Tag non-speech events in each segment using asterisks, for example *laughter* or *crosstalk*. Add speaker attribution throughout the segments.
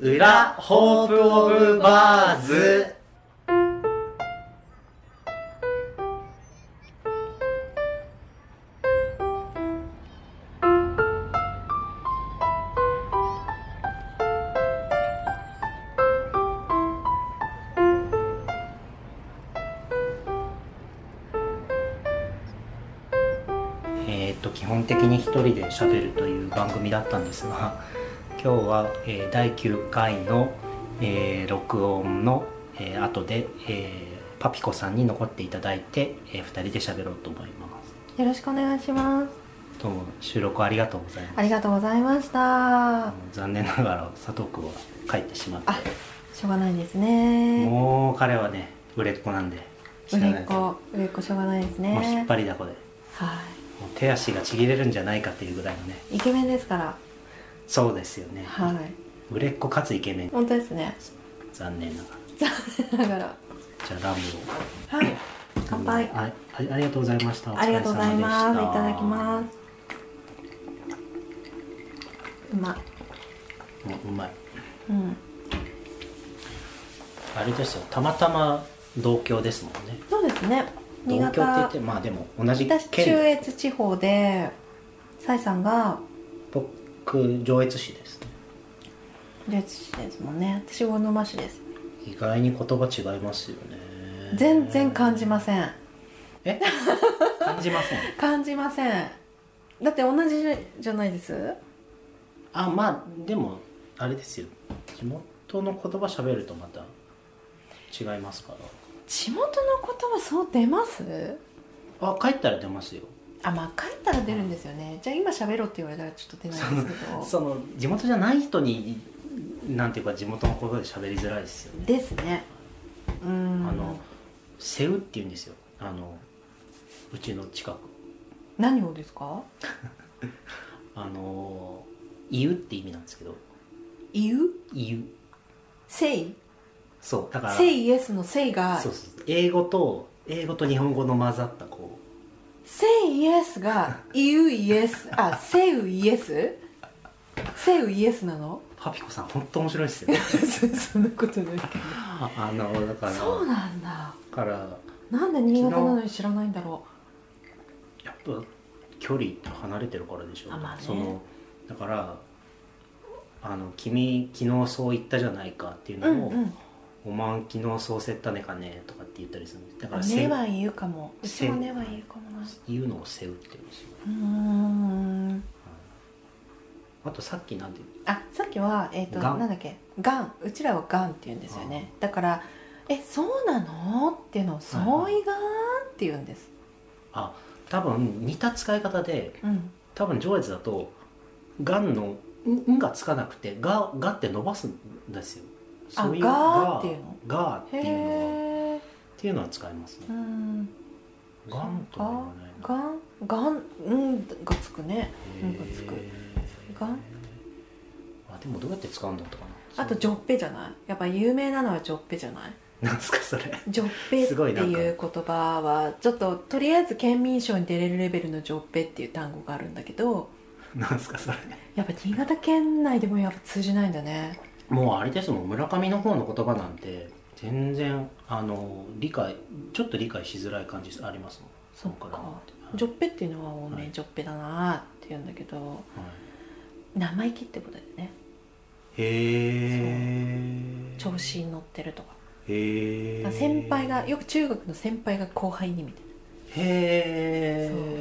Speaker 1: 裏ホープオブバーズえーっと基本的に一人で喋るという番組だったんですが今日は、えー第9回の、えー録音の、えー後で、えーパピコさんに残っていただいて、え2人で喋ろうと思います
Speaker 2: よろしくお願いします。
Speaker 1: どうも収録ありがとうございます
Speaker 2: ありがとうございました。
Speaker 1: 残念ながら佐藤君は帰ってしまって
Speaker 2: あしょうがないですね。
Speaker 1: もう彼はね売れっ子なんで
Speaker 2: 売
Speaker 1: で
Speaker 2: れっ
Speaker 1: すも
Speaker 2: 子、売れっ子しょうがないです
Speaker 1: う引
Speaker 2: ね
Speaker 1: っ。張りだこでも
Speaker 2: は
Speaker 1: う手足がちぎれるんじゃないかっていうぐらいのね
Speaker 2: い。イケメンですから。
Speaker 1: そうですよね、
Speaker 2: はい。
Speaker 1: 売れっ子かつイケメン
Speaker 2: 本当ですね。 *laughs*
Speaker 1: 残念ながら
Speaker 2: だから。
Speaker 1: じゃあラムを
Speaker 2: はい。乾杯。
Speaker 1: ああありがとうございました
Speaker 2: ありがとうございま
Speaker 1: お疲
Speaker 2: す。い
Speaker 1: れ様でした
Speaker 2: だきます。うまい。
Speaker 1: うんうまい
Speaker 2: うん。
Speaker 1: あれですよたまたま同郷ですもんね
Speaker 2: そうですね。
Speaker 1: 同
Speaker 2: 新
Speaker 1: 郷って言っ
Speaker 2: 潟
Speaker 1: て。まあでも同じ
Speaker 2: 私中
Speaker 1: 県
Speaker 2: 越地方で。サイさんが。
Speaker 1: 僕上越市ですね
Speaker 2: 上越市ですもんね。私魚沼市です。
Speaker 1: 意外に言葉違いますよね
Speaker 2: 全然感じません。
Speaker 1: え感じません
Speaker 2: 感じませんだって同じじゃないです
Speaker 1: あまあでもあれですよ地元の言葉喋るとまた違いますか
Speaker 2: 地元の言葉そう出ます
Speaker 1: らあ帰ったら出ますよ
Speaker 2: あまあ帰ったら出るんですよねじゃあ今喋ろうって言われたらちょっと出ないですけど
Speaker 1: その地元じゃない人になんていうか地元の言葉で喋りづらいですよね
Speaker 2: ですねうーん
Speaker 1: あの「セウ」って言うんですよあのうちの近く
Speaker 2: 何をですか
Speaker 1: あの「イウ」って意味なんですけど
Speaker 2: 言う
Speaker 1: 「イウ
Speaker 2: せい」
Speaker 1: そうだから
Speaker 2: せいイエスのせいが
Speaker 1: そうそう英語と英語と日本語の混ざったこう
Speaker 2: せいイエスが言うイエスあせうイエスせうイエスなの *laughs*
Speaker 1: パピコさん本当面白いですよね
Speaker 2: そんなことないけ
Speaker 1: あのだか
Speaker 2: ど
Speaker 1: ら
Speaker 2: そうなんだ
Speaker 1: から
Speaker 2: なんで新潟なのに知らないんだろ
Speaker 1: やっぱ距離離れてるからでしょ、
Speaker 2: あまあね
Speaker 1: そのだからあの君昨日そう言ったじゃないかっていう
Speaker 2: ううん
Speaker 1: のを、
Speaker 2: うん
Speaker 1: おまん昨日そうせったねかねとかって言ったりするんですだからせ
Speaker 2: ねは言うかもうち
Speaker 1: せ
Speaker 2: もねは言うかもな
Speaker 1: 言うのを背負ってるんですよ
Speaker 2: うーん
Speaker 1: あとさっきなんて
Speaker 2: あさっきはえっ、と
Speaker 1: がん
Speaker 2: なんだっけがんうちらはがんって言うんですよねだからえそうなのっていうのをそういがんって言うんです、
Speaker 1: あ多分似た使い方で
Speaker 2: うん
Speaker 1: 多分上越だと「がん」の「ん」んがつかなくて「が」がって伸ばすんですよ
Speaker 2: あ
Speaker 1: そういう
Speaker 2: がーっていうの
Speaker 1: ががーっていうのは
Speaker 2: へえ
Speaker 1: っていうのは使いますね
Speaker 2: うん
Speaker 1: 「がん」とは言わないな
Speaker 2: がんがんうんがつくねなんかつく
Speaker 1: へー
Speaker 2: がん
Speaker 1: あでもどうやって使うんだったかな
Speaker 2: あとジョッペじゃないやっぱ有名なのはジョッペじゃない
Speaker 1: なんですかそれ *laughs*
Speaker 2: ジョッペって
Speaker 1: すごいなんか
Speaker 2: いう言葉はちょっととりあえず県民賞に出れるレベルのジョッペっていう単語があるんだけど
Speaker 1: なんですかそれ
Speaker 2: やっぱ新潟県内でもやっぱ通じないんだね
Speaker 1: もうあれですもん村上の方の言葉なんて全然あの理解ちょっと理解しづらい感じありますもん
Speaker 2: そっか
Speaker 1: 村上って
Speaker 2: ジョッペっていうのは多め
Speaker 1: はい
Speaker 2: ジョッペだなって言うんだけど
Speaker 1: はい
Speaker 2: 生意気ってことだよね
Speaker 1: へえ
Speaker 2: 調子に乗ってるとか
Speaker 1: へ
Speaker 2: だか
Speaker 1: え
Speaker 2: ら先輩がよく中学の先輩が後輩にみたいな
Speaker 1: へ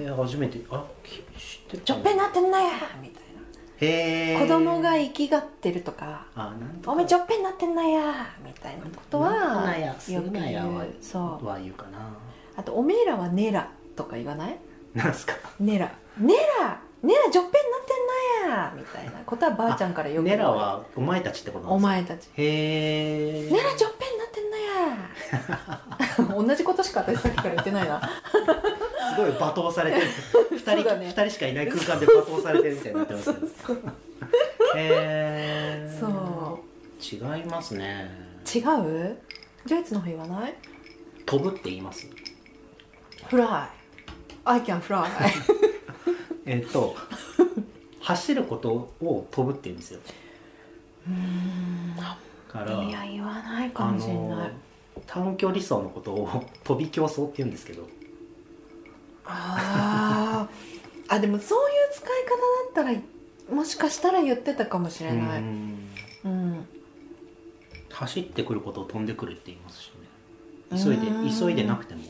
Speaker 1: え初めてあき知ってる
Speaker 2: 「ジョッペになってんなや!」みたい
Speaker 1: へえ
Speaker 2: な子供が生きがってるとか
Speaker 1: あなん
Speaker 2: 「
Speaker 1: とか
Speaker 2: おめえジョッペになってんなや!」みたいなこと
Speaker 1: なんとか
Speaker 2: は
Speaker 1: なやす
Speaker 2: よ
Speaker 1: る
Speaker 2: く
Speaker 1: なやは
Speaker 2: 言うそう
Speaker 1: は言うかな
Speaker 2: あと「おめえらはネラ」とか言わない
Speaker 1: なんすか
Speaker 2: ネラネラネラジョッペになってんなやみたいなことはばあちゃんからよく
Speaker 1: ネ
Speaker 2: 言われる
Speaker 1: ラはお前たちってことなん
Speaker 2: お
Speaker 1: ですか
Speaker 2: 前たち
Speaker 1: へえ
Speaker 2: ネラジョッペになってん
Speaker 1: *laughs*
Speaker 2: なや同じことしか私さっきから言ってないな
Speaker 1: すごい罵倒されてる二
Speaker 2: そう
Speaker 1: 人
Speaker 2: だね
Speaker 1: 二人しかいない空間で罵倒されてるみたいになってます
Speaker 2: そ
Speaker 1: よ
Speaker 2: うそう
Speaker 1: へえ
Speaker 2: そう
Speaker 1: 違いますね
Speaker 2: 違うジョイツの方言わない
Speaker 1: 飛ぶって言います
Speaker 2: フライ I can fly
Speaker 1: えっと走ることを飛ぶって言うんですよ
Speaker 2: うーん
Speaker 1: から
Speaker 2: いや言わないか
Speaker 1: あ
Speaker 2: もしれな
Speaker 1: の
Speaker 2: い
Speaker 1: 短距離走のことを飛び競争って言うんですけど
Speaker 2: あーあでもそういう使い方だったらもしかしたら言ってたかもしれな
Speaker 1: う
Speaker 2: い
Speaker 1: ん
Speaker 2: うん
Speaker 1: 走ってくることを飛んでくるって言いますしね急いで
Speaker 2: うん
Speaker 1: 急いでなくてもこ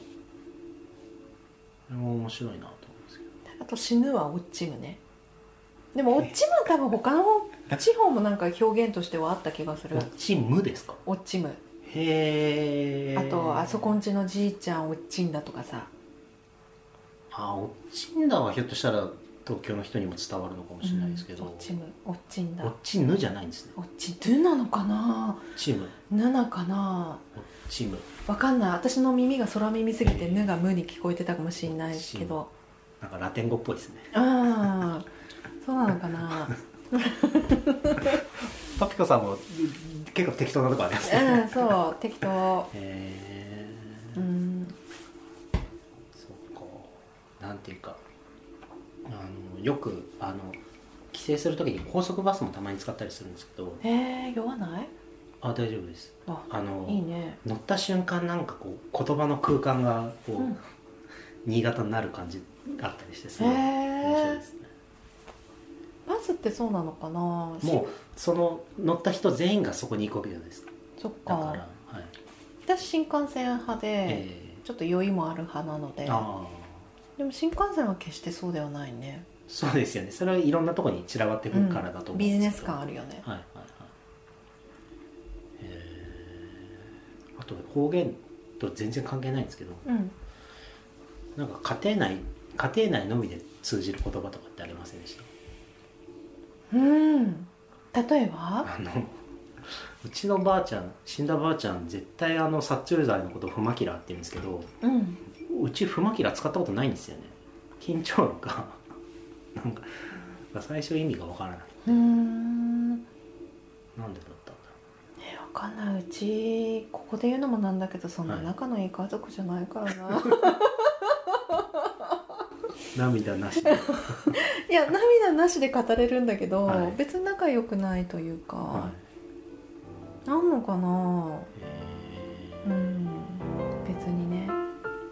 Speaker 1: れも面白いなと思うんですけど
Speaker 2: あと死ぬはオッチムねでもオッチムは多分他の地方もなんか表現としてはあった気がする
Speaker 1: こっち無ですか
Speaker 2: オッチム
Speaker 1: へえ
Speaker 2: あとあそこんちのじいちゃんオッチンだとかさ
Speaker 1: あオッチンダはひょっとしたら東京の人にも伝わるのかもしれないですけど、
Speaker 2: うんオッチムオッチン
Speaker 1: オッ
Speaker 2: だ
Speaker 1: チヌじゃないんですね
Speaker 2: オッチドゥなのかな
Speaker 1: チーム
Speaker 2: ヌなかな
Speaker 1: オッチム
Speaker 2: わかんない私の耳が空耳すぎて「ぬ」が「む」に聞こえてたかもしれないけど
Speaker 1: なんかラテン語っぽいですね
Speaker 2: うんそうなのかな
Speaker 1: パピコさんも結構適当なとこありますね
Speaker 2: うんそう適当
Speaker 1: へえ
Speaker 2: うん
Speaker 1: そうかなんていうかあのよくあの帰省するときに高速バスもたまに使ったりするんですけど
Speaker 2: えー、酔わない
Speaker 1: あ大丈夫です
Speaker 2: あ
Speaker 1: あの
Speaker 2: いいね
Speaker 1: 乗った瞬間なんかこう言葉の空間がこう、
Speaker 2: うん
Speaker 1: 新潟になる感じがあったりしてす
Speaker 2: へ
Speaker 1: ごい面白い
Speaker 2: え
Speaker 1: ですね
Speaker 2: バスってそうなのかな
Speaker 1: もうその乗った人全員がそこに行くわけじゃないですか
Speaker 2: そっ
Speaker 1: だから
Speaker 2: か
Speaker 1: はい
Speaker 2: 私新幹線派で、
Speaker 1: え
Speaker 2: ちょっと酔いもある派なので
Speaker 1: ーああ
Speaker 2: でも新幹線は決してそうではないね
Speaker 1: そうですよねそれはいろんなとこに散らばってくるからだと思うん
Speaker 2: ビジ
Speaker 1: で
Speaker 2: ネ
Speaker 1: す
Speaker 2: ス
Speaker 1: けど、
Speaker 2: 感あるよね
Speaker 1: はいはいはいえーあと方言と全然関係ないんですけど
Speaker 2: うん
Speaker 1: なんか家庭内家庭内のみで通じる言葉とかってありませんでした
Speaker 2: うん例えば
Speaker 1: あのうちのばあちゃん死んだばあちゃん絶対あの殺虫剤のことをフマキラって言うんですけど
Speaker 2: うん
Speaker 1: うちフマキラ使ったことないんですよね緊張のか *laughs* なんか最初意味がわからなくて
Speaker 2: うーん
Speaker 1: なんでだったんだろ
Speaker 2: ねわかんないうちここで言うのもなんだけどそんな
Speaker 1: はい
Speaker 2: 仲のいい家族じゃないからな、、
Speaker 1: う涙なしではい
Speaker 2: や涙なしで語れるんだけど、
Speaker 1: はい
Speaker 2: 別に仲良くないというか、
Speaker 1: い
Speaker 2: なんのかな
Speaker 1: え
Speaker 2: うん別にね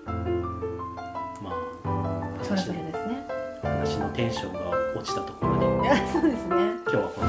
Speaker 1: ーまあ
Speaker 2: それ
Speaker 1: 私
Speaker 2: ぞ
Speaker 1: の
Speaker 2: れですね
Speaker 1: 私のテンションが落ちたところで
Speaker 2: いやそうですね
Speaker 1: 今日はこの